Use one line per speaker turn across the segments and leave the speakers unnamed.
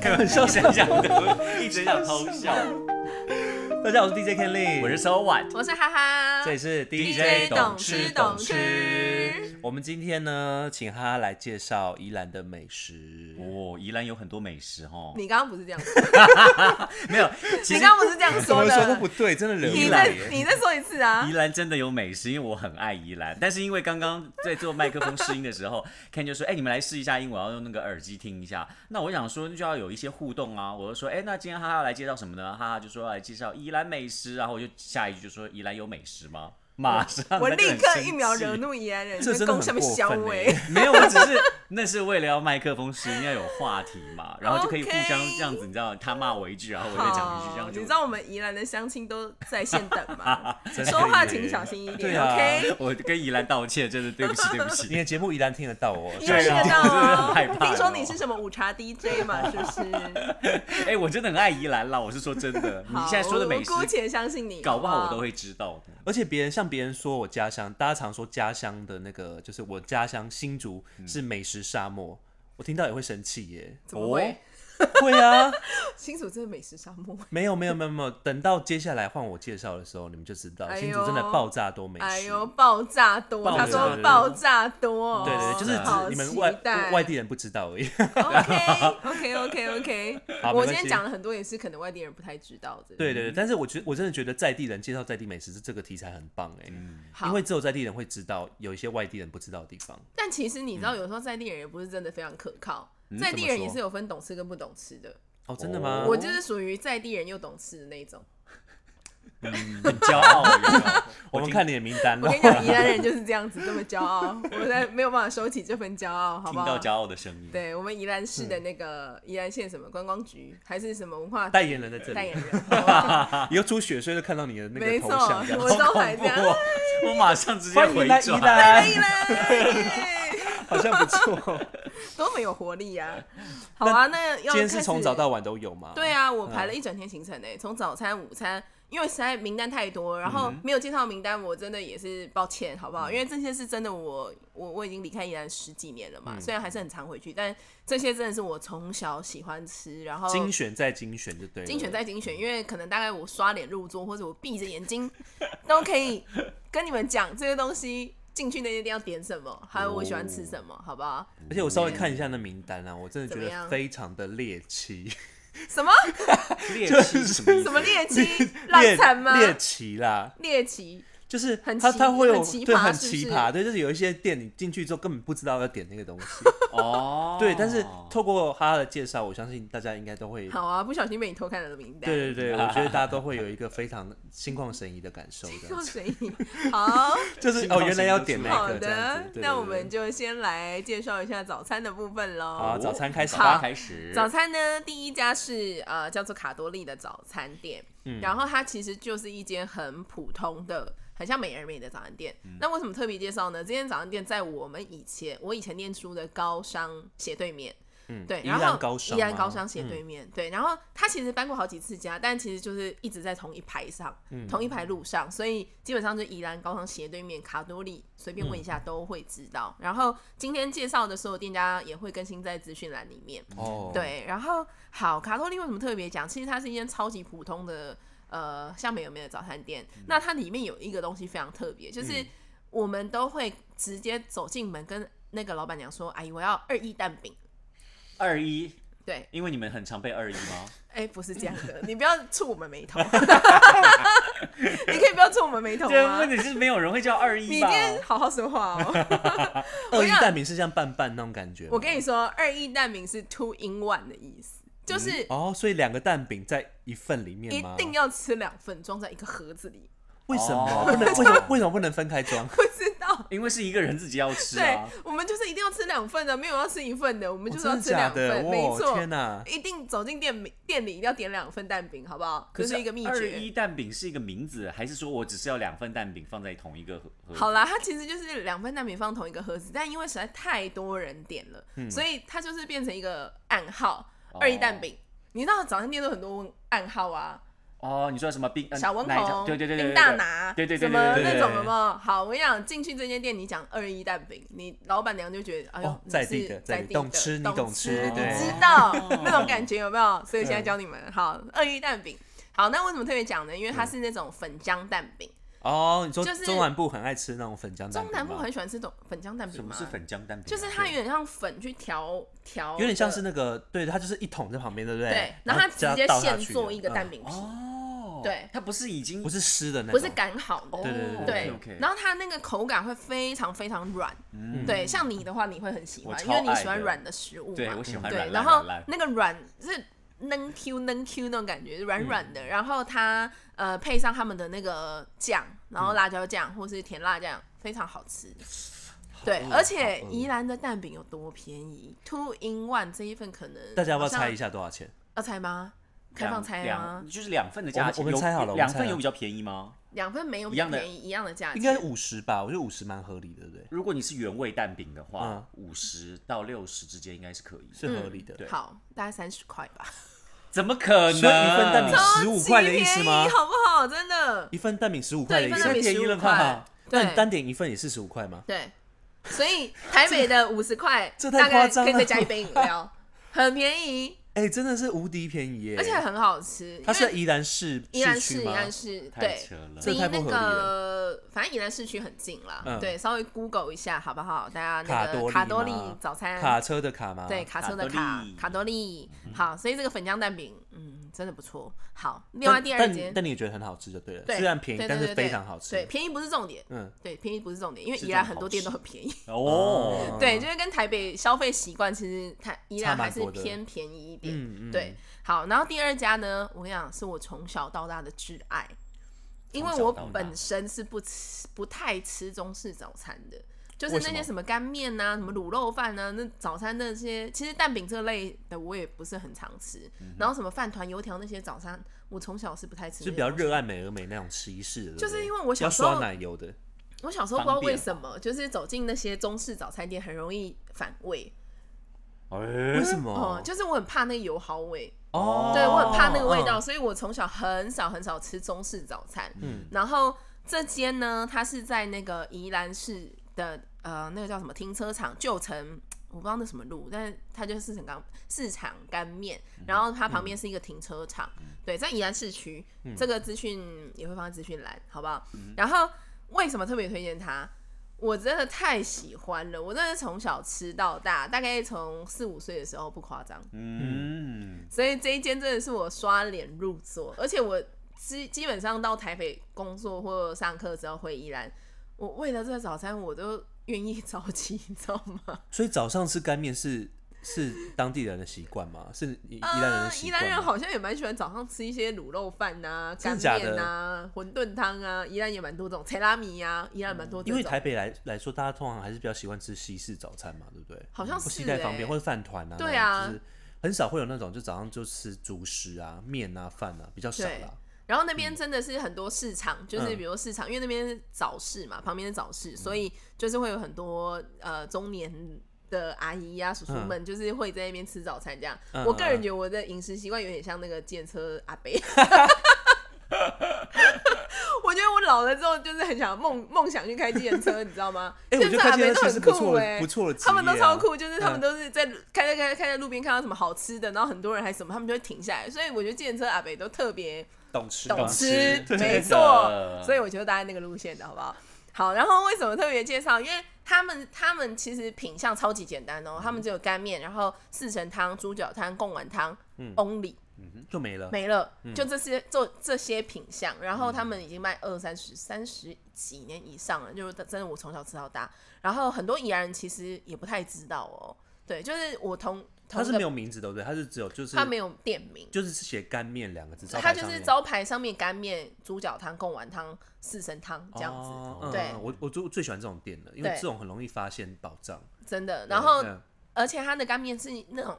开玩笑，
一直很想一直很想偷笑。
大家好，我是 DJ Kenley，
我是 So What，
我是哈哈，
这里是
DJ 懂吃懂
吃。
我们今天呢，请哈哈来介绍宜兰的美食。
哦，宜兰有很多美食哦。
你刚刚不是这样说，
没 有，
你刚刚不是这样
怎
说
么说都
的，
不对，真的人
你
不
再
来
你
耶。
再说一次啊
宜！兰真的有美食，因为我很爱宜兰。但是因为刚刚在做麦克风试音的时候 ，Ken 就说：“哎、你们来试一下音，我要用那个耳机听一下。”那我想说就要有一些互动啊，我就说：“哎、那今天哈哈来介绍什么呢？”哈哈就说要哎来介绍宜兰美食，然后我就下一句就说：“宜兰有美食吗？”马上
我
他就
立
很
刻
生
一秒
气
惹怒宜兰人，
这真的
攻
很
什么
过
小
分
伟？
没有，我只是那是为了要麦克风试音要有话题 嘛，然后就可以互
OK
相这样子，你知道他骂我一句，然后我再讲一句，这
好
样，就
你知道我们宜兰的相亲都在线等吗？
真的
说话
耶
请小心一
对
点
啊
，OK？
我跟宜兰道歉，真的对不起，对不
你
起。
的节目宜兰听得到哦，
你有
对啊
听得到
我真的很
哦
害怕
听说
哦
你是什么午茶 DJ 嘛？是不是？
哎、我真的很爱宜兰啦，我是说真的。你
好，
现在说的美食
我，姑且相信你，
搞不好我都
会。
会知道的。
而且别人像别人说我家乡，大家常说家乡的那个，就是我家乡新竹是美食沙漠，我听到也会生气耶。
怎么会？
会啊，
新竹真的美食沙漠。
没有没有没有没有，等到接下来换我介绍的时候，你们就知道
哎呦
新竹真的爆炸多美食。
哎呦，爆炸多！
爆
他
炸
说
多
爆炸多，
对对对，就是
好
只你们
期
外
待
外地人不知道而已。
OK OK OK OK，
好没
我
关
今天
系
讲了很多，也是可能外地人不太知道的。
对对对，但是我觉得我真的觉得在地人介绍在地美食是这个题材很棒哎，
好，
因为只有在地人会知道有一些外地人不知道的地方。
但其实你知道，有时候在地人也不是真的非常可靠，在
嗯怎
地
么
人
说
也是有分懂吃跟不懂吃的。
哦，真的吗？
我就是属于在地人又懂吃的那一种。
很骄傲，有没有
我们看你的名单哦
我
了
跟。你讲，宜兰人就是这样子，这么骄 傲，我在没有办法收起这份骄傲，好
听
不
到
好？
骄傲的声音。
对我们宜兰市的那个宜兰县什么观光局还是什么文化
嗯代言人在这
代
里，
言人，好不好
以后出血所以就看到你的 那
没
个头
错，
像这样。
我
好
都还
恐
这
怖
样。
哦！我马上直接
欢
回
迎来宜
转。
兰，哦
来，耶
好像不 错。哦
多么有活 力呀、啊！好啊，那
今
要
天
开
是
始
从早到晚都有吗？
对啊，我排了一整天行程
嗯
诶、从早餐、午餐，因为实在名单太多，然后没有介绍名单，我真的也是抱歉，好不
嗯
好？因为这些是真的我，我我已经离开宜兰十几年了嘛，
嗯
虽然还是很常回去，但这些真的是我从小喜欢吃，然后
精选再精选就对了。
精选再精选，因为可能大概我刷脸入座，或者我闭着眼睛， 都可以跟你们讲这些东西。进去那些店要点什么，还有我喜欢吃什
哦
么，好不好？
而且我稍微看一下那名单啊，我真的觉
嗯怎么
得
样
非常的猎奇，
什 么
猎奇是什么意
什
思？
么猎奇浪惨吗？
猎奇啦，
猎奇
就是
很
它
奇
它会有
很奇葩
对很
是不是
奇葩，对，就是有一些店你进去之后根本不知道要点那个东 西，
哦，
对。但是透过哈哈的介绍，我相信大家应该都会，
好啊，不小心被你偷看了名单。
对对对，我觉得大家都会有一个非常心旷神怡的感受的，
告谁？好
就是哦，原来要点那
好
个这样
的
子，。对
那我们。
对对
就先来介绍一下早餐的部分
好啊
喽。
早餐开始
吧
啊开始。
早餐呢，第一家是呃叫做卡多利的早餐店，
嗯
然后它其实就是一间很普通的。很像美而美的早餐店，
嗯
那为什么特别介绍呢？这间早餐店在我们以前我以前念书的高商斜对面，
嗯
对，
宜
然
兰
后
高商
宜
吗，嗯
兰高商斜对面，对，然后他其实搬过好几次家，但其实就是一直在同一排上，
嗯
同一排路上，所以基本上就宜兰高商斜对面卡多利，随便问一下都会知道。然后今天介绍的所有店家也会更新在资讯栏里面。
哦，，
对，然后好，卡多利为什么特别讲？其实它是一间超级普通的，呃，像美有美的早餐店。那它里面有一个东西非常特别，就是我们都会直接走进门跟那个老板娘说：“阿姨，我要二一蛋饼。
二一，”
对，
因为你们很常被二一吗？
哎、不是这样的，你不要触我们眉头，你可以不要触我们眉头
对，
吗
问？题是没有人会叫二
你
一
今
吧？
啊天好好说话哦。
鳄
我
鱼
跟你
蛋饼是像拌拌那种感觉吗。
我跟你说，二一蛋饼是 two in one 的意思，就是
哦，所以两个蛋饼在一份里面
一
吗？
定要吃两份，装在一个盒子里。
为什么
哦
不能？ 为什么为什么不能分开装？
不知道，
因为是一个人自己要吃
对
啊。
我们就是一定要吃两份的，没有要吃一份的，我们
哦
就是
真
要
的假
吃两
的？
份，没
哇，
错。
天哪！
一定走进店里店里一定要点两份蛋饼，好不好？这是一个秘
二
诀。
一蛋饼是一个名字，还是说我只是要两份蛋饼放在同一个盒？盒
好啦，它其实就是两份蛋饼放同一个盒子，但因为实在太多人点了，
嗯
所以它就是变成一个暗号，
哦
二一蛋饼。你知道早餐店都很多暗号啊，
哦，你说什么冰、呃
小温
奶茶
红，
对对对对，对
冰大
对
拿，
对对对
什
对
么
对
对
那
对
种有没有？好，我跟你讲，进去这间店，你讲二一蛋饼，你老板娘就觉得，哎呦
哦，
你
在
是
地的在
在
地
地
懂
的
吃你
懂
懂吃
你
对
知 道
哦
那种感觉有没有？所以现在
嗯
教你们，好，二一蛋饼。好，那为什么特别讲呢？因
嗯
为它是那种粉浆蛋饼，
哦，你说
就是
中南部很爱吃那种粉浆蛋饼吗，
中南部很喜欢吃种粉浆蛋饼
什么
吗？
是粉浆蛋饼啊？
就是它有点像粉去调调的，
有点像是那个，对，它就是一桶在旁边，对不对？
对，
然
然后它
加
直接
倒下
现
去
做
的
一个
嗯
蛋饼皮，
哦，
对
它不是已经哦
不是湿的那
不
种，
是擀好的，
对对对
对
OK，
然后它那个口感会非常非常软，对，像你的话你会很喜
嗯我
欢，因
超
为你喜
爱
欢
的
软的食物嘛，
对我喜欢
对
软烂
然后
软烂
那个软是嫩 Q 嫩 Q 那种感觉，软软的，然后它呃配上他们的那个酱，然后辣椒酱或是甜辣酱，非常好吃。对，而且宜兰的蛋饼有多便宜？Two in one 这一份可能
大家要不要
好像
猜一？下多少钱？
要猜吗？开
两
放啊猜吗
两？就是两份的价钱，
我们我们
有
猜好了我们
两
猜
份
好
有
了
比较便宜吗？
两份没有
一样的
便宜一样的价钱，
应该五十吧，我觉得五十蛮合理的，对不对？
如果你是原味蛋饼的话，五十到六十之间应该是可以。
嗯是合理的。
对
好，大概三十块吧。
怎么可能？
所以一份蛋饼
超
15
级
块的意思吗
便宜好不好？真的，
一份蛋饼十五块
对，
的
一
意
份
思，
蛋饼
太
十
便宜
五
了吧
块，
那你单
对
点一份也是十五块吗？
对，所以台北的五十块，
这
大
太
概
夸张
可以再
了
加一杯饮 料，很便宜，
哎、真的是无敌便宜耶！
而且很好吃。
它是
因
在
为
宜兰市
宜兰
市
市，
区
宜
吗？
兰市，
太
对
扯。了。
这
离
太不
那
合理
个反正宜兰市区很近啦，
嗯
对，稍微 Google 一下好不好？大家
卡
那
多
个
利
卡多利
吗
早餐，
卡车的卡吗？
对，卡车的
卡
卡
多利嗯
卡多利，好，所以这个粉浆蛋饼，嗯，真的不错。好，另外第二
但
间，
但你也觉得很好吃就对了，
对
虽然便宜
对，对
但是
对
非
对
常好吃。
对，便宜不是重点，
嗯，
对，便宜不是重点，因为
是
宜
真
兰
的
很
好
多店
吃
都很便宜。
哦，
对，就是跟台北消费习惯，其实台宜
嗯
兰
差蛮
还是
多的
偏便宜一点。
嗯嗯
对，好，然后第二家呢，我跟你讲，是我从小到大的挚爱，因为
从小
我
到大
本身是不吃不太吃中式早餐的，就是
为什
那些
么
什么干面呐、什么卤肉饭呐、那早餐那些，其实蛋饼这类的我也不是很常吃，
嗯
然后什么饭团、油条那些早餐，我从小是不太吃那
就
些
比较
东西，
热爱美而美那种吃一式的，对不
就是
对
因为我小
要
时候
刷奶油的，
我小时候不知道
方便
为什么，就是走进那些中式早餐店很容易反胃，
为
为
什
哦、
么？
就是我很怕那个油耗味，
哦，
对我很怕那个味道，
嗯
所以我从小很少很少吃中式早餐。嗯，然后这间呢，它是在那个宜兰市的呃那个叫什么停车场旧城。我不知道那什么路，但是它就是市场干市场干面，
嗯
然后它旁边是一个停车场，对，在宜兰市区，
嗯
这个资讯也会放在资讯栏，好不好？然后为什么特别推荐它？我真的太喜欢了，我真的是从小吃到大，大概从四五岁的时候不夸张，
嗯，
所以这一间真的是我刷脸入座，而且我基基本上到台北工作或上课之后回宜兰，我为了这个早餐我都愿意早起，你知道吗？
所以早上吃干面是是当地人的习惯吗？是宜宜兰人的
呃，
习
宜
惯
兰
吗？
人好像也蛮喜欢早上吃一些卤肉饭呐、
真
干
的假
面呐、馄饨汤啊，宜兰也蛮多这种，柴拉米呀、宜兰蛮多这
因
种。
为台北来来说，大家通常还是比较习惯吃西式早餐嘛，对不对？
好像
或西
是
带
欸
方便或者饭团啊，
对啊
就是很少会有那种就早上就吃主食啊、面啊、饭啊，比较少
对
啦。
然后那边真的是很多市场，就是
嗯
比如市场，因为那边是早市嘛，旁边是早市，所
嗯
以就是会有很多呃中年的阿姨呀、叔叔们，就是会在那边吃早餐这样。
嗯
我个人觉得我的饮食习惯有点像那个建车阿 伯。我觉得我老了之后，就是很想梦梦想去开计程车，你知道吗？
哎、我觉得
计程车
开车
阿伯都
其实
很
不错
酷
的、
哎、
不错的职业啊、
他们都超酷，就是他
嗯
们都是在开在开开在路边看到什么好吃的，然后很多人还什么，他们就会停下来。所以我觉得计程车阿北都特别
懂吃
懂吃
吃，真
没
的
错。所以我觉得大家那个路线的好不好？好，然后为什么特别介绍？因为他们他们其实品相超级简单哦，他们只有干面，然后四神汤、猪脚汤、贡丸汤、only
嗯就没了。
没了，
嗯
就这些做这些品相，然后他们已经卖二三十、三十几年以上了，就是真的我从小吃到大。然后很多宜兰人其实也不太知道哦，对，就是我同同
它
一
是
个
没有名字，对不对？它是只有就是
他没有店名，
就是写干面两个字，招
他
牌
就
上
是
面
招牌上面干面、猪脚汤、贡丸汤、四神汤这样子，
哦嗯
对
嗯我我就最喜欢这种店了，因为
对
这种很容易发现宝藏。
真的。然后
嗯
而且它的干面是那种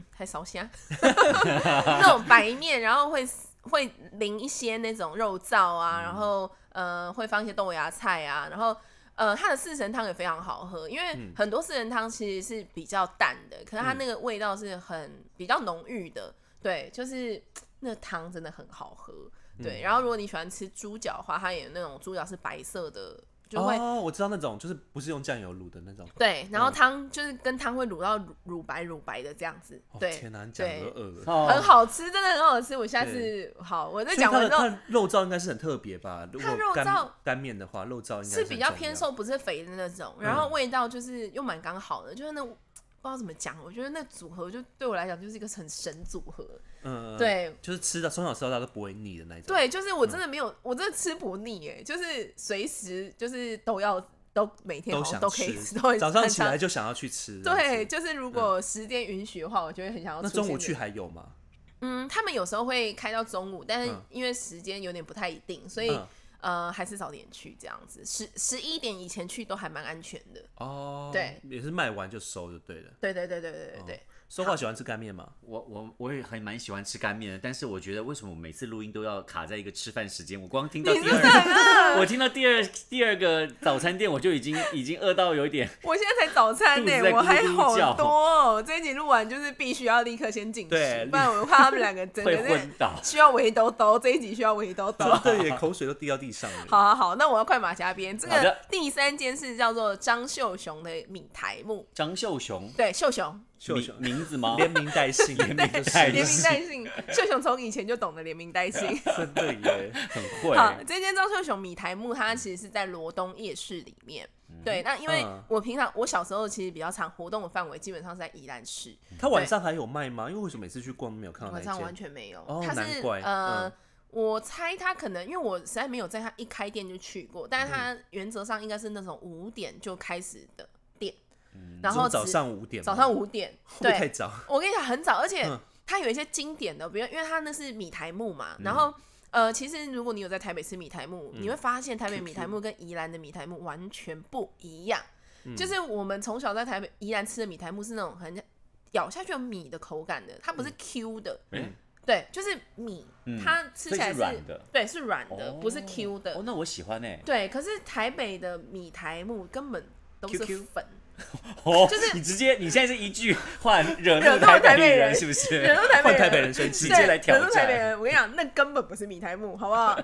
还烧虾， 那种白面，然后会会淋一些那种肉燥啊，然后呃会放一些豆芽菜啊，然后呃它的四神汤也非常好喝，因为很多四神汤其实是比较淡的，可是它那个味道是很比较浓郁的，对，就是那汤真的很好喝。对，然后如果你喜欢吃猪脚的话，它也有那种猪脚是白色的，就会、
哦，我知道那种，就是不是用酱油卤的那种。
对，然后汤就是跟汤会卤到乳乳白乳白的这样子。
哦、
对，
天哪，你讲
对
都饿了。
哦
很好吃，真的很好吃。我下次
对
好，我再
所以
讲
它
完
的
之后
它的肉燥应该是很特别吧？如果
它肉
干
燥
干面的话，肉燥应该
是
很
比较
重
偏
要。嗯
瘦，不是肥的那种。然后味道就是又蛮刚好的，就是那不知道怎么讲，我觉得那组合就对我来讲就是一个很神组合。
嗯，嗯，嗯
对
就是吃到从小吃到大都不会腻的那种。
对，就是
嗯
我真的没有，我真的吃不腻哎，就是随时就是都要都每天
都
好
想
像哦都可以吃，
吃
都会，
早上
很
起来
常
就想要去吃。这样
对，
子，
就是如果时间允许的话，我就会很想要。
那中午去，还有吗？
嗯，他们有时候会开到中午，但是
嗯
因为时间有点不太一定，所以、
嗯，
呃还是早点去这样子，十十一点以前去都还蛮安全的。
哦，
对，
也是卖完就收就对了。
对对对对对
哦
对对，
说话喜欢吃干面 吗？
我我我也很蛮喜欢吃干面的，但是我觉得为什么我每次录音都要卡在一个吃饭时间？我光听到第二，我听到第二第二个早餐店，我就已经已经饿到有一 点
我现在才早餐呢、
肚子在咕噜咕噜
我还好
叫
多、哦。这一集录完就是必须要立刻先进食
对，
不然我怕他们两个真
会
的是
昏倒。
需要围兜兜，这一集需要围兜兜。
真的也口水都滴到地上了。
好好好，那我要快马加鞭。这
好
个
的
第三间是叫做张秀雄的米台木，
张秀雄，
对，秀雄
秀秀
名名字吗？
连名带姓，连名
带
连
姓
名带姓，秀雄从以前就懂得连名 带姓。
真的耶。
很会。
好，这间张秀雄米台木，它其实是在罗东夜市里面。对，那因为
嗯
我平常我小时候其实比较常活动的范围基本上是在宜兰市，
他晚上还有卖吗？因为为什么每次去逛都没有看到那
晚
一
上完
间？
全没有，
哦
他是
难怪
呃，
嗯
我猜他可能因为我实在没有在他一开店就去过，
嗯
但是他原则上应该是那种五点就开始的店，然
你
后
说嗯早
只
上五点吗，
早上五点，
会不会太
对，
早，
我跟你讲很早，而且
嗯
它有一些经典的，比如因为它那是米苔木
嗯
嘛，然后。呃，其实如果你有在台北吃米苔木，你会发现台北米苔木跟宜兰的米苔木完全不一样。
嗯
就是我们从小在台北宜兰吃的米苔木是那种很咬下去有米的口感的，它不是 Q 的，
嗯
对，就是米，
嗯
它吃起来
所以
呃
是软的
对，是软的，
哦
不是 Q 的。
哦，那我喜欢哎。
对，可是台北的米苔木根本都是
QQ
粉，
哦，
就是
你直接，你现在是一句话惹
惹
怒
到台
台
北
北
人
人，是不
人
是？
都台北
换
人，
台北人生
直
气
对，。
接来挑
人都台北
战
人，我跟你讲，那根本不是米苔木，好不好？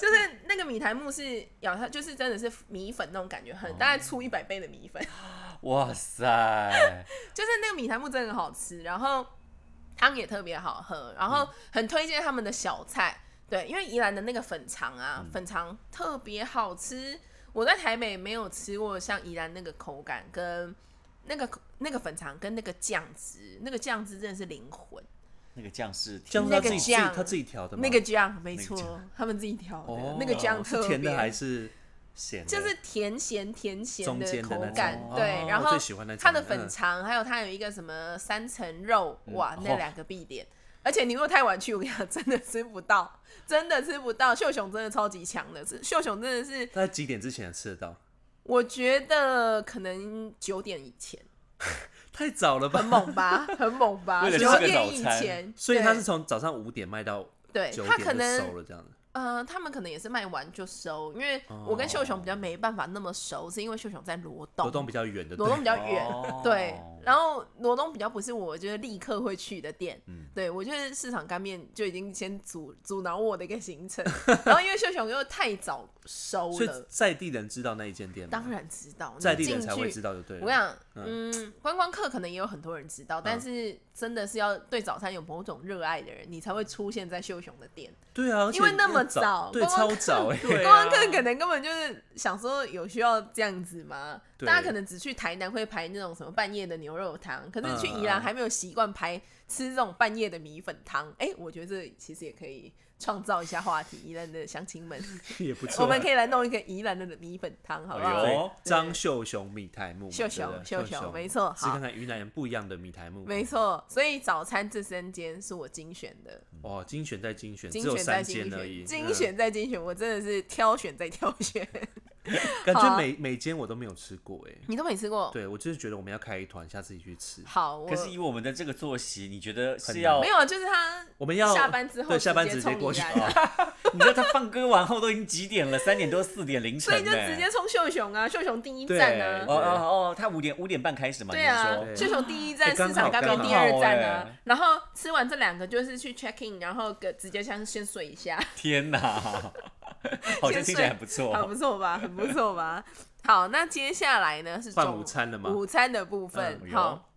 就是那个米苔木是咬下，就是真的是米粉那种感觉，
哦
很大概粗一百倍的米粉。
哇塞，
就是那个米苔木真的很好吃，然后汤也特别好喝，然
嗯
后很推荐他们的小菜。对，因为宜兰的那个粉肠啊，
嗯
粉肠特别好吃。我在台北没有吃过像宜兰那个口感跟那个那个粉肠跟那个酱汁，那个酱汁真的是灵魂。
那个酱是甜
这样子
是那
他自
个
己自己
酱
他自己调的吗？
那个酱没
那个
错
酱，
他们自己调的，
哦
那个酱特
是
别
甜的还是咸的？
就是甜咸甜咸
中间的
口
那种
感，
哦
对。
我
然后
最喜欢那种
它的
嗯
粉肠，还有它有一个什么三层肉，哇，那
哦
两个必点。而且你如果太晚去，我跟你讲，真的吃不到，真的吃不到。秀雄真的超级强的，是秀雄真的是，
他在几点之前吃得到？
我觉得可能九点以前，
太早了
很
吧？
猛吧，很猛吧，
为了吃
九
个
点以
早餐
前，
所以他是
对
从早上五点卖到九
对，他
点
可
就
能
收了这样子。
呃，他们可能也是卖完就收，因为
哦
我跟秀雄比较没办法那么熟，是因为秀雄在罗东，
罗东比较远的，
罗东比较远，
哦
对。 然后罗东比较不是我就是立刻会去的店，
嗯
对我觉得市场干面就已经先阻阻挠我的一个行程。然后因为秀雄又太早收
所以
了，
在地人知道那一间店吗？
当然知道，
在
你
地人
进
才会
去
知道，就对了。
我想，嗯，观光客可能也有很多人知道，但
嗯
是真的是要对早餐有某种热爱的人，你才会出现在秀雄的店。
对啊，而且
因为那么
要
早
对，
观光
超 早 哎、
对
观
啊
光客可能根本就是想说有需要这样子吗？
对
大家可能只去台南会排那种什么半夜的牛肉汤，可是去宜
嗯
兰
嗯嗯
还没有习惯排吃这种半夜的米粉汤。哎、我觉得这其实也可以创造一下话题，宜兰的乡亲们，
也不错。啊
我们可以来弄一个宜兰的米粉汤，好不好？
哎
对
呦哦
张秀雄米苔木嘛，
秀
对
雄，
不对
秀
秀
雄，没错，
是看
好，
看云南人不一样的米苔木，
没错。所以早餐这三间是我精选的，
哇，精选再精选，嗯
精
只有
选再
三
精
间而已，嗯
选，精选再精选，我真的是挑选再挑选。
嗯感
好啊
觉每每间我都没有吃过哎。
你都没吃 过？
对，我就是觉得我们要开一团，下次一起去吃。
好，我
可是以我们的这个作息，你觉得是
很
要
没？有，啊就是他
我们要
下班之后
对下班直接
冲
过去哦
宜。兰
你知道他放歌完后都已经几点了？三点多四点凌晨
所
呢、
以就直接冲秀雄啊，秀雄第一站
哦
对
啊。
哦哦，他五点五点半开始嘛？
对
你
啊
是说，
对
秀雄第一站
哎刚好
市场改变
刚好
第二站啊
哎，
然后吃完这两个就是去 check in，然后给直接先先睡一下，
天 哪，好像听起来很不错。
很不错吧？很不错吧？好，那接下来呢是
换
中
午餐了吗？
午餐的部分
嗯，
好，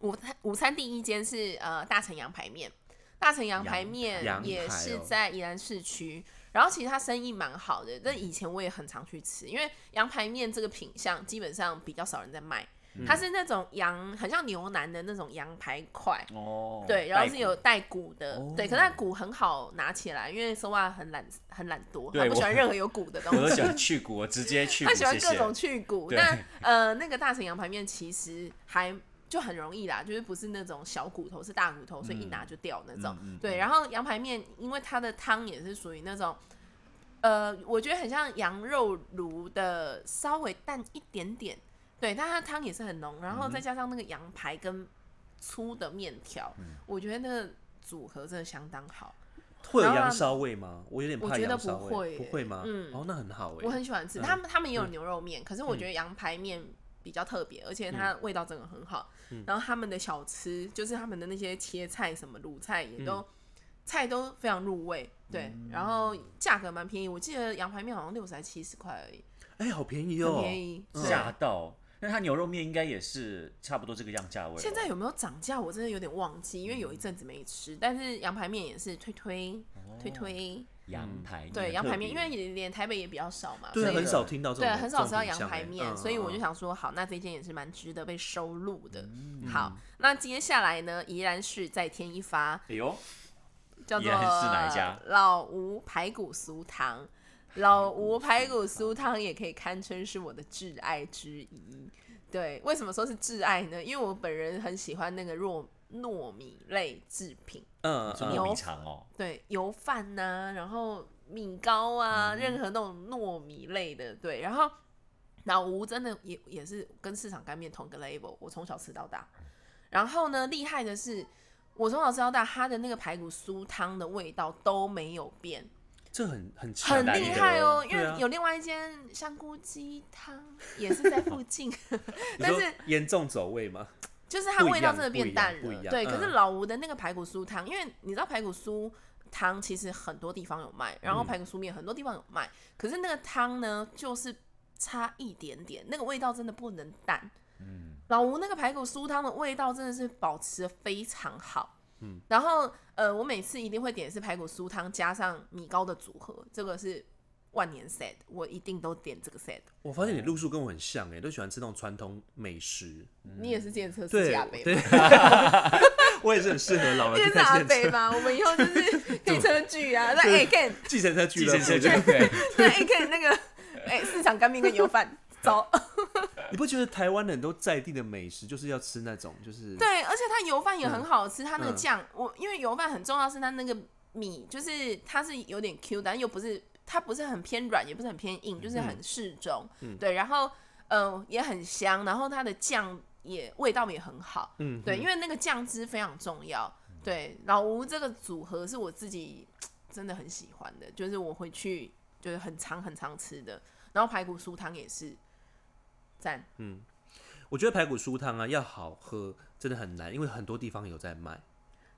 午餐午餐第一间是呃大成羊排面，大成羊排面
羊
也
排
是
哦
在宜兰市区，然后其实它生意蛮好的，但以前我也很常去吃，因为羊排面这个品相基本上比较少人在卖，它是那种羊很像牛腩的那种羊排块。
哦，
对，然后
带
是
骨
有带骨的，
哦
对，可是它骨很好拿起来，因为 s o 很懒很懒惰，
对
他不喜
我
欢任何有骨的东
我
西
都。喜欢去骨，我直接去骨，
他喜欢
谢
各
谢。嗯
种去骨。
对
那呃，那个大成羊排面其实还就很容易啦，就是不是那种小骨头，是大骨头，所以一拿就掉那种。
嗯嗯
对，然后羊排面因为它的汤也是属于那种。呃，我觉得很像羊肉炉的稍微淡一点点，对，但它汤也是很浓，然后
嗯
再加上那个羊排跟粗的面条，
嗯
我觉得那个组合真的相当好。
会有
然后
羊
啊
烧味吗？我有点
我
怕
觉得
羊
不
烧
会
味，不
耶
会吗？
嗯
哦，那很好哎。
我很喜欢吃，
嗯
他们他们也有牛肉面，可是我觉得羊排面比较特别，而且它味道真的很好。然后他们的小吃，就是他们的那些切菜什么卤菜也都、菜都非常入味，对，然后价格蛮便宜，我记得羊排面好像六十还七十块而已，
哎、好便宜
很
哦，
便宜。
嗯
对
吓到。那他牛肉面应该也是差不多这个样价位吧。
现在有没有涨价？我真的有点忘记，因为有一阵子没吃。但是羊排面也是推推
哦
推推，
羊排面，
对羊排面，因
特别
为也连台北也比较少嘛，
对
所
啊，
以
很少听到这种
对，很少吃到
这种
羊
品
排
相
面，
哎
所以我就
嗯
想说，好，那这件也是蛮值得被收录的。好，那接下来呢，依然是再添一发，
哎呦，
叫
宜
做
兰是哪一家
老吴排骨酥汤。老吴排骨酥汤也可以堪称是我的挚爱之一。对，为什么说是挚爱呢？因为我本人很喜欢那个糯糯米类制品，
嗯
是
嗯
糯
牛
米肠哦，
对，油饭呐、然后米糕啊，任
嗯
何那种糯米类的，对，然后老吴真的也也是跟市场干面同个 level，我从小吃到大。然后呢，厉害的是，我从小吃到大，它的那个排骨酥汤的味道都没有变，
这很很强
很
哎
厉害哦。因
对啊
为有另外一间香菇鸡汤也是在附近，
你
但
说
是
严重走位吗？
就是它味道真的变淡
不一样
了。
不一样
对，
嗯
可是老吴的那个排骨酥汤，因为你知道排骨酥汤其实很多地方有卖，
嗯
然后排骨酥面很多地方有卖，可是那个汤呢，就是差一点点，那个味道真的不能淡。嗯，老吴那个排骨酥汤的味道真的是保持的非常好。嗯，然后呃，我每次一定会点的是排骨酥汤加上米糕的组合，这个是万年 set，我一定都点这个 set。
我发现你路数跟我很像哎，都喜欢吃那种传统美食。
你也是健车是
嗯对
阿北，
对， 我也是很适合老
你
人
也
去
是阿
看
北
电车，
吧？我们以后就是可以车剧啊，那 A can
计程车俱
计
乐
程车就
部。
对，
那 A can 那个哎、市场干面跟油饭走。
你不觉得台湾人都在地的美食就是要吃那种就是
对，啊而且它油饭也很好吃，它那个
嗯
酱，我因为油饭很重要，是它那个米，就是它是有点 Q，但又不是它不是很偏软，也不是很偏硬，就是很适中。对，然后呃也很香，然后它的酱也味道也很好。
嗯
对，因为那个酱汁非常重要。对，老吴这个组合是我自己真的很喜欢的，就是我回去就是很常很常吃的，然后排骨酥汤也是赞。
我觉得排骨酥汤啊要好喝真的很难，因为很多地方有在卖。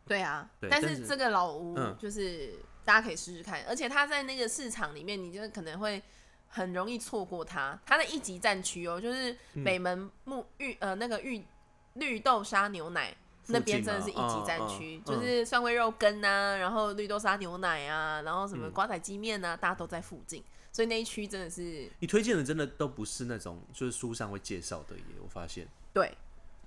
对啊，
对
但
但
是
是
这个老屋
嗯
就是大家可以试试看，而且它在那个市场里面，你就可能会很容易错过它。它的一级战区哦，就是
嗯
北门木玉呃那个玉绿豆沙牛奶。
附近
那
吗
边真的是一级战区，
哦哦哦
就是蒜味肉羹啊，然后绿豆沙牛奶啊，然后什
嗯
么瓜仔鸡面啊，大家都在附近，所以那一区真的是
你推荐的真的都不是那种就是书上会介绍的耶，我发现
对，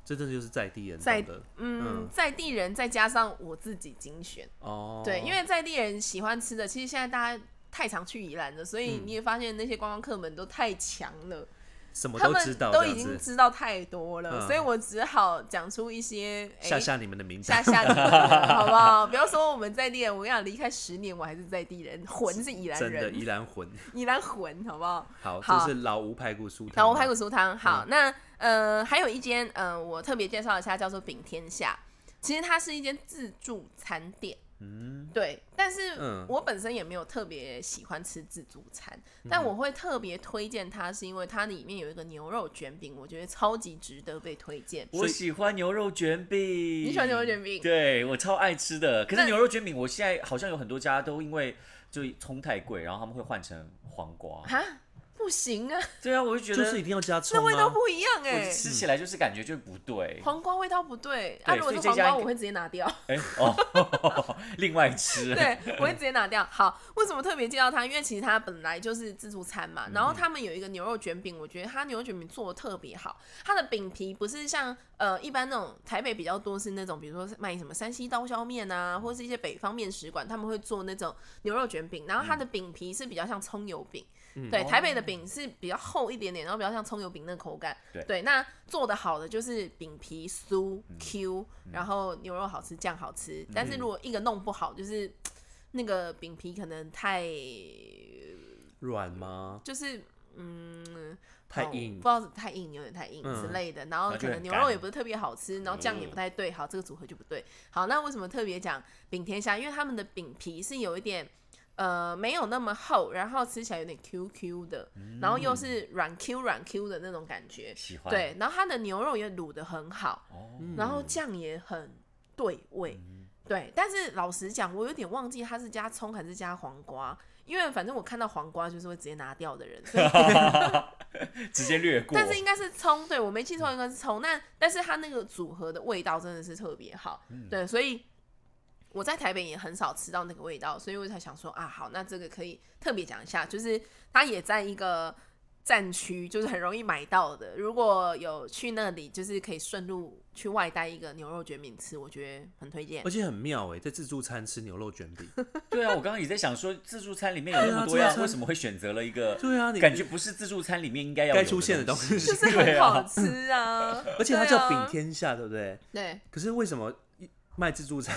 这真的就是在地人
在
懂的
嗯，
嗯
在地人再加上我自己精选，
哦。
对，因为在地人喜欢吃的，
嗯
其实现在大家太常去宜兰了，所以你也发现那些观光客们都太强了。
什么
他
都
们
知道
都
这
已
样子，
经知道太多了，
嗯
所以我只好讲出一些哎
吓吓你们的名字
吓。吓 你们了，好不好？不要说我们在地人，我跟你讲，离开十年我还是在地人，魂是宜兰
真的
人，
宜兰魂，
宜兰魂，好不好？
好，
好
这是老吴排骨酥汤。
老吴排骨酥汤，好，
嗯
那呃还有一间呃我特别介绍一下，叫做饼天下，其实它是一间自助餐店。嗯，对，但是
嗯
我本身也没有特别喜欢吃自助餐，
嗯
但我会特别推荐它，是因为它里面有一个牛肉卷饼，我觉得超级值得被推荐。
我喜欢牛肉卷饼，你
你喜欢牛肉卷饼？
对我超爱吃的，可
那
是牛肉卷饼，我现在好像有很多家都因为就葱太贵，然后他们会换成黄瓜。
啊，不行啊，
对啊，我就觉
就
得
是一定要加
这
葱
味道
啊！
不一样
我
哎、
就吃起来就是感觉就不对。
黄瓜味道不对，啊，
对
如果
所以
是黄
这家
瓜，
应该
我会直接拿掉。
哎、哦， 另外吃。
对，我会直接拿掉。好，为什么特别介绍它？因为其实它本来就是自助餐嘛，然后他们有一个牛肉卷饼，我觉得它牛肉卷饼做的特别好。它的饼皮不是像呃一般那种台北比较多是那种，比如说卖什么山西刀削面啊，或是一些北方面食馆，他们会做那种牛肉卷饼，然后它的饼皮是比较像葱油饼。对，台北的饼是比较厚一点点，然后比较像葱油饼那个口感。
对
那做的好的就是饼皮酥 Q，、然后牛肉好吃，酱好吃。但是如果一个弄不好，就是那个饼皮可能太
软吗？
就是嗯
太
哦
硬
不知道是太硬有点太硬
嗯
之类的，然后
那就
可能
很
牛
干
肉也不是特别好吃，然后酱也不太对，好这个组合就不对。好，那为什么特别讲饼天下？因为他们的饼皮是有一点。呃，没有那么厚，然后吃起来有点 Q Q 的，然后又是软 Q 软 Q 的那种感觉，
喜欢。
对，然后它的牛肉也卤的很好，
哦，
嗯
然后酱也很对味，对。但是老实讲，我有点忘记它是加葱还是加黄瓜，因为反正我看到黄瓜就是会直接拿掉的人，所以
直接略过。
但是应该是葱，对我没记错应该是葱。那但是它那个组合的味道真的是特别好，
嗯
对，所以。我在台北也很少吃到那个味道，所以我才想说啊，好，那这个可以特别讲一下，就是它也在一个战区，就是很容易买到的。如果有去那里，就是可以顺路去外带一个牛肉卷饼吃，我觉得很推荐
而。且很妙哎，在自助餐吃牛肉卷 饼。
对啊，我刚刚也在想说，自助餐里面有那么多
对啊
样，
自助餐
为什么会选择了一个？
对啊，你
感觉不是自助餐里面应该要有
该出现的东西
就
西。
是很好吃啊，
而且它
对
叫
啊
饼天下，对不对？
对，
可是为什么一卖自助 餐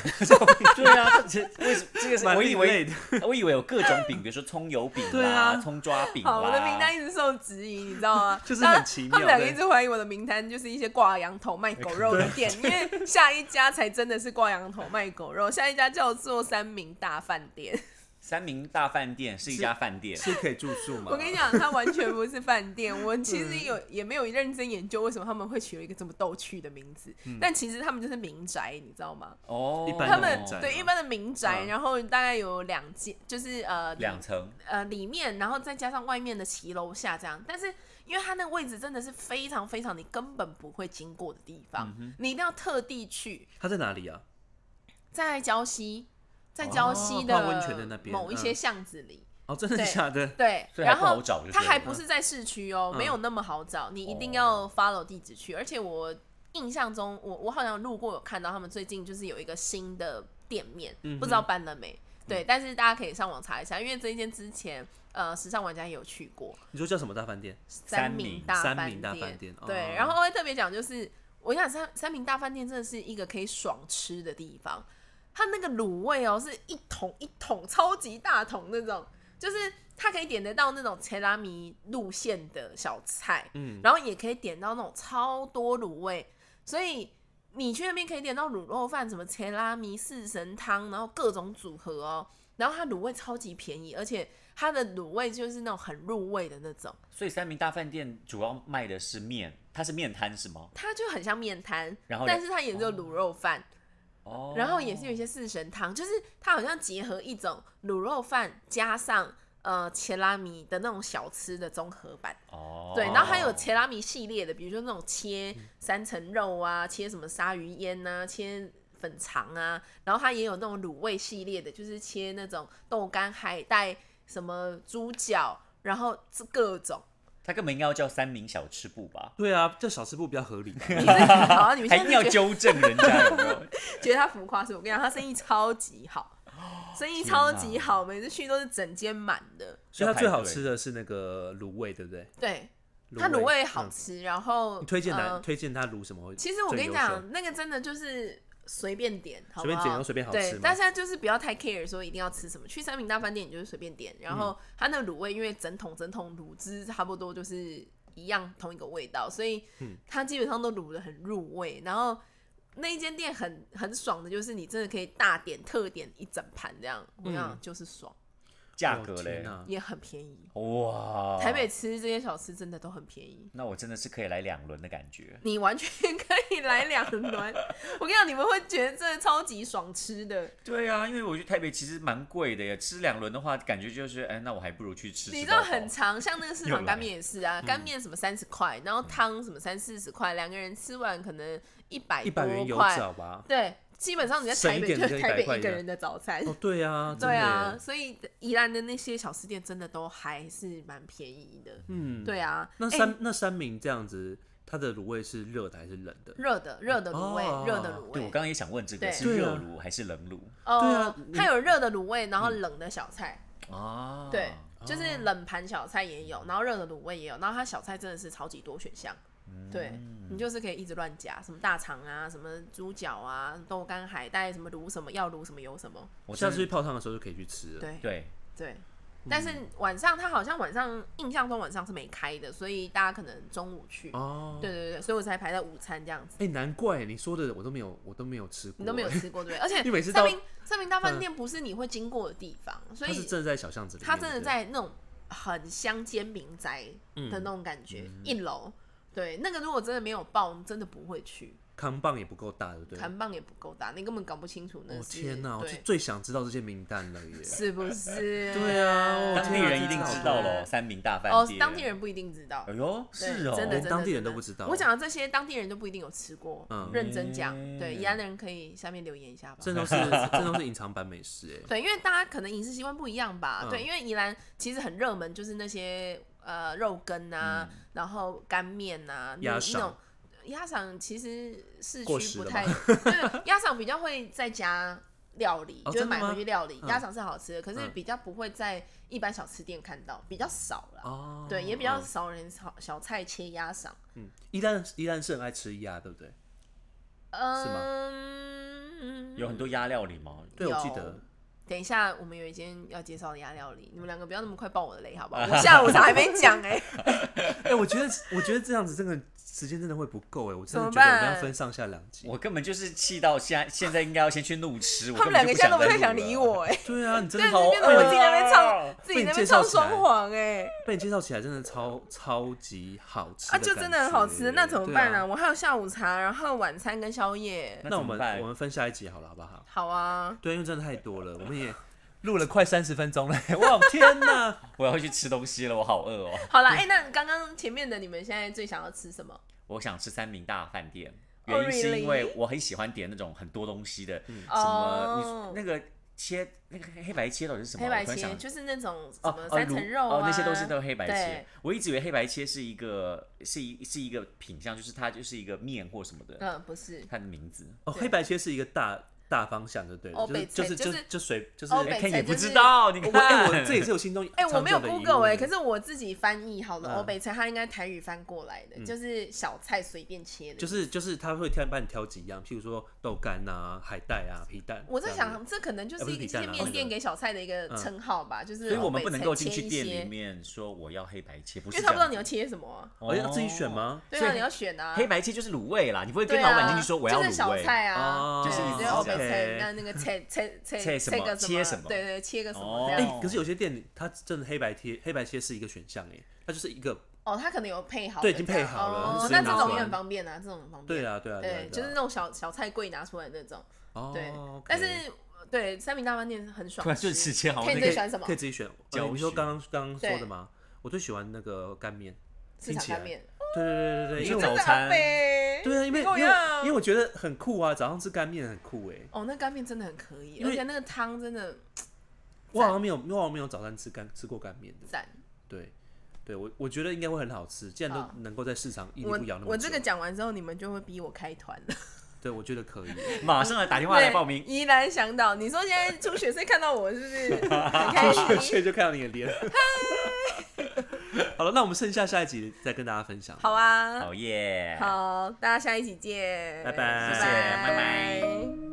对啊，这为什么这个是？
蛮
我以
另类
为
的？
我以为有各种饼，比如说葱油饼
对
啦、
啊
葱抓饼啦。啊
好，我的名单一直受质疑，你知道吗？
就是
大家
很奇妙
他们两个
对
一直怀疑我的名单就是一些挂羊头卖狗肉的店，因为下一家才真的是挂羊头卖狗肉，下一家叫做三明大饭店。
三明大饭店是一家饭店，
是可以住宿吗？
我跟你讲，它完全不是饭店。我其实有也没有认真研究为什么他们会取了一个这么逗趣的名字，但其实他们就是民宅，你知道吗？
哦，
一般
他
的
们
民宅
对
吗
一般的民宅，
嗯
然后大概有两间，就是呃里
两层，
呃里面，然后再加上外面的骑楼下这样。但是因为它那个位置真的是非常非常你根本不会经过的地
嗯
方，你一定要特地去，
它在哪里啊？
在礁溪，在礁溪
哦泡温泉的那边
某一些
嗯
巷子里。
哦，真的
对
假的？
对，
所以还
然
不好
后
找就
它
对
还
了
不是在市区哦，
嗯哦
没有那么好找，你一定要 follow 地址去。而且我印象中，我我好像路过有看到他们最近就是有一个新的店面，
嗯
不知道搬了没。对，但是大家可以上网查一下，因为这一间之前呃时尚玩家也有去过，
你说叫什么大饭店？
三明
明
大
三
饭
明大饭
店
店。
对，
哦
然后会特别讲就是，我想三三明大饭店真的是一个可以爽吃的地方，它那个卤味哦是一桶一桶超级大桶那种，就是它可以点得到那种切拉米路线的小菜，嗯，然后也可以点到那种超多卤味，所以。你去那边可以点到卤肉饭、什么切拉米、四神汤，然后各种组合哦。然后它卤味超级便宜，而且它的卤味就是那种很入味的那种。
所以三明大饭店主要卖的是面，它是面摊是吗？
它就很像面摊，
然后嘞
但是它也只有卤肉饭，
哦，
然后也是有一些四神汤，就是它好像结合一种卤肉饭加上呃切拉米的那种小吃的综合版。
哦，
对，然后还有切拉米系列的，比如说那种切三层肉啊，切什么鲨鱼烟呐、啊，切粉肠啊，然后它也有那种卤味系列的，就是切那种豆干、海带、什么猪脚，然后这各种。
它根本应该要叫三明小吃部吧？
对啊，叫小吃部比较合 理吧。
你们好啊，你们
还
现
一定
在是
要
觉得
纠正人家有没有？
觉得他浮夸是我跟你讲，他生意超级好，
哦
生意超级好，每次去都是整间满的。
所以它
要排
最好
队
吃的是那个卤味，对不对？
对，它卤味好
嗯
吃，然后
你推荐哪？
呃
推荐它卤什么会？
其实我跟你讲，，那个真的就是随便点，好
随
不
便点
好？
又随便好吃
对
吗，
大家就是不要太 care 说一定要吃什么。去三明大饭店，你就是随便点，然
嗯
后它那卤味因为整桶整桶卤汁差不多就是一样同一个味道，所以
嗯
它基本上都卤的很入味。然后那一间店很很爽的，就是你真的可以大点特点一整盘这样，我
嗯
想就是爽，
价格
嘞
嘞，，
也很便宜。
哇，
台北，吃这些小吃真的都很便宜。
那我真的是可以来两轮的感觉。
你完全可以来两轮。 我跟你讲，你们会觉得真的超级爽吃的。
对啊，因为我觉得台北其实蛮贵的耶，吃两轮的话，感觉就是，哎，那我还不如去吃吃到饱。
你知道很长，像那个市
又
场
来
干面也是
嗯
啊，干面什么三十块，然后汤什么三四十块，两个人吃完可能一百
一
多
百元有
块。
找吧？
对，基本上你在台北
省一点
就是台
就100块
北一个人的早餐。
哦，对啊，真的
对啊，
耶，
所以宜兰的那些小吃店真的都还是蛮便宜的。
嗯，。
对啊，
那
哎
三那三明这样子，它的卤味是热的还是冷的？
热的热的卤味
哦，
热的卤
对，我
味。
刚刚也想问这个
对
是
对
热
啊
炉还是冷炉
对
哦
啊，嗯
它有热的卤味，然后冷的小菜。
啊？
对，
哦
就是冷盘小菜也有，然后热的卤味也有，然后它小菜真的是超级多选项。
嗯
对
嗯
你就是可以一直乱加，什么大肠啊，什么猪脚啊，豆干海带，什么卤什么要卤什么有什么。
我
下
真
次
的
去泡汤的时候就可以去吃了。
对
对
对，但是
嗯
晚上它好像晚上印象中晚上是没开的，所以大家可能中午去。
哦，
对对对，所以我才排在午餐这样子。
哎、难怪你说的我都没有，我都没有吃过，哎
你都没有吃过对不对？而且
你每次
三
到嗯
明三明大饭店不是你会经过的地方，所
它
以
是真的在小巷子里面，
它真的
对不对，
在那种很乡间民宅的那种感觉，
嗯
一楼。对，那个如果真的没有报，你真的不会去，
扛棒也不够大，对不对？
看棒也不够大，你根本搞不清楚那是。
哦天哪，我就
对，
最想知道这些名单了耶！
是不 是？
对啊我
当地人一定知道喽，
了。
三明大饭
哦，
店。
当地人不一定知道
呃
哎。呦，
对
是哦，
真的，真的
当地人
真的
都不知道
我讲的这些，当地人都不一定有吃过。
嗯
认真讲，
嗯
对，宜安的人可以下面留言一下吧。
这都 是这都是隐藏版美食哎，
对，因为大家可能饮食习惯不一样吧。
嗯
对，因为宜兰其实很热门，就是那些呃肉羹啊，然后干面啊，那
嗯鸭
那
赏
种鸭嗓其实市
过
区
时
不
了
太，
吧
对，鸭嗓比较会在家料理，
哦
就是
真的
买回
吗
去料理，
嗯
鸭嗓是好吃的，可是
嗯
比较不会在一般小吃店看到，比较少啦。
哦，
对，也比较
嗯
少人炒小菜切鸭嗓。
嗯，依然依然是很爱吃鸭，对不对？
嗯，
有很多鸭料理吗？
对，我记
有
得
等一下，我们有一间要介绍的鸭料理，你们两个不要那么快爆我的雷，好不好？我下午茶还没讲哎、
哎、我觉得我觉得这样子真的时间真的会不够哎，我真的
怎么
觉得我们
办
要分上下两集。
我根本就是气到现在，现在应该要先去怒吃。我
他们
根本就
两个
不
现在都不太
再
想
录了
理。我 哎、
对啊，你真
对，
的
就
好
变成我自己在那边
饿
唱
啊，
自己在那边唱双簧哎、
被你介绍起来真的超超级好吃
啊，
的
就
感
真的很好吃，
觉
那怎么办
对
啊？
啊？
我还有下午茶，然后晚餐跟宵夜，
那我们
那怎么办
我们分下一集好了，好不好？
好啊，
对，因为真的太多了，我们也 录了快三十分钟了， 哇天 哪！
我要去吃东西了，我好饿哦。
好啦，哎、那刚刚前面的你们现在最想要吃什么？
我想吃三明大饭店，
Oh,
原因是因
really？
为我很喜欢点那种很多东西的，
嗯
什
哦
么你那个切那个黑白切到底是什么？
黑
我
白
突然
切
想
就是那种什
哦
么
哦
三
卤
层肉啊、
哦，那些都是都是黑白切
对。
我一直以为黑白切是一个是一是一个品相，就是它就是一个面或什么的，
嗯，不是，
它的名字。
哦，黑白切是一个大大方向，就对了，
哦
就是
北
就
菜
是
就
就是就随就是
哦
哎
北
看
菜
也
就
不
是
知道，你
我
看，
哎 我这也是我心中
哎、我没有
长久的疑
Google 哎、
问
可是我自己翻译好了、
嗯
欧北菜它应该台语翻过来的，
嗯
就是小菜随便切的。
就是就是他会挑帮你挑几样，譬如说豆干啊、海带啊、皮蛋。
我在
这样子
想，这可能就
哎
啊
是
不是
一
皮蛋
些
啊
面店
那个
给小菜的一个称号吧，就
嗯
是
所以我
欧
们
北
不能
菜
够进
切
去
一
店
些
里，面说我要黑白切，不
因
是
为
这
他
样子。
不知道你要切什么啊、
哦，要自己选吗？
对
所
啊，
以
你要选啊。
黑白切就是卤味啦，你不会
对
跟
啊
老板进去说我要
就是
卤
小
味。
菜啊，
哦
对
就是
对欧
OK
北菜，那那个菜菜菜
切什么
个
切什么
对对，切个什么
哦
这
哎、
样。
可是有些店它真的黑白贴黑白切是一个选项哎，它就是一个
哦，他可能有配好的这
对
样，
已经配好了
哦
就，直接
那这
拿出
种也
来
很方便啊，这种很方便。
对啊对啊啊
对，
啊
就是那种小小菜柜拿出来那种。
哦
对，
OK
但是对三明大饭店很爽吃。
突然就吃切好像
看你
那
最
个
喜欢什么
可以？自己选。
教
呃你说
学
刚刚刚刚说
对
的吗？我最喜欢那个干面，
市
听
场
起来
干。面。
对对对对对，因为
早
我
餐
呗。
对啊，因为因
你跟我
为
一样
因为我觉得很酷啊，早上吃干面很酷哎。
哦，那干面真的很可以，
因为
而且那个汤真的
我好像没有，我好像没有早餐吃干吃过干面的。
赞。
对，对我我觉得应该会很好吃，既然
好
都能够在市场屹立
我
不摇那么久，
我这个讲完之后，你们就会逼我开团 了。
对我觉得可以。
马上来打电话来
对，
报名。
依然想到，你说现 在初学生看到我是不是很开心？
所以就看到你的脸。 好了，那我们剩下下一集再跟大家分享。
好啊，
好耶，
好，大家下一集见，
拜拜
拜
谢谢拜拜
拜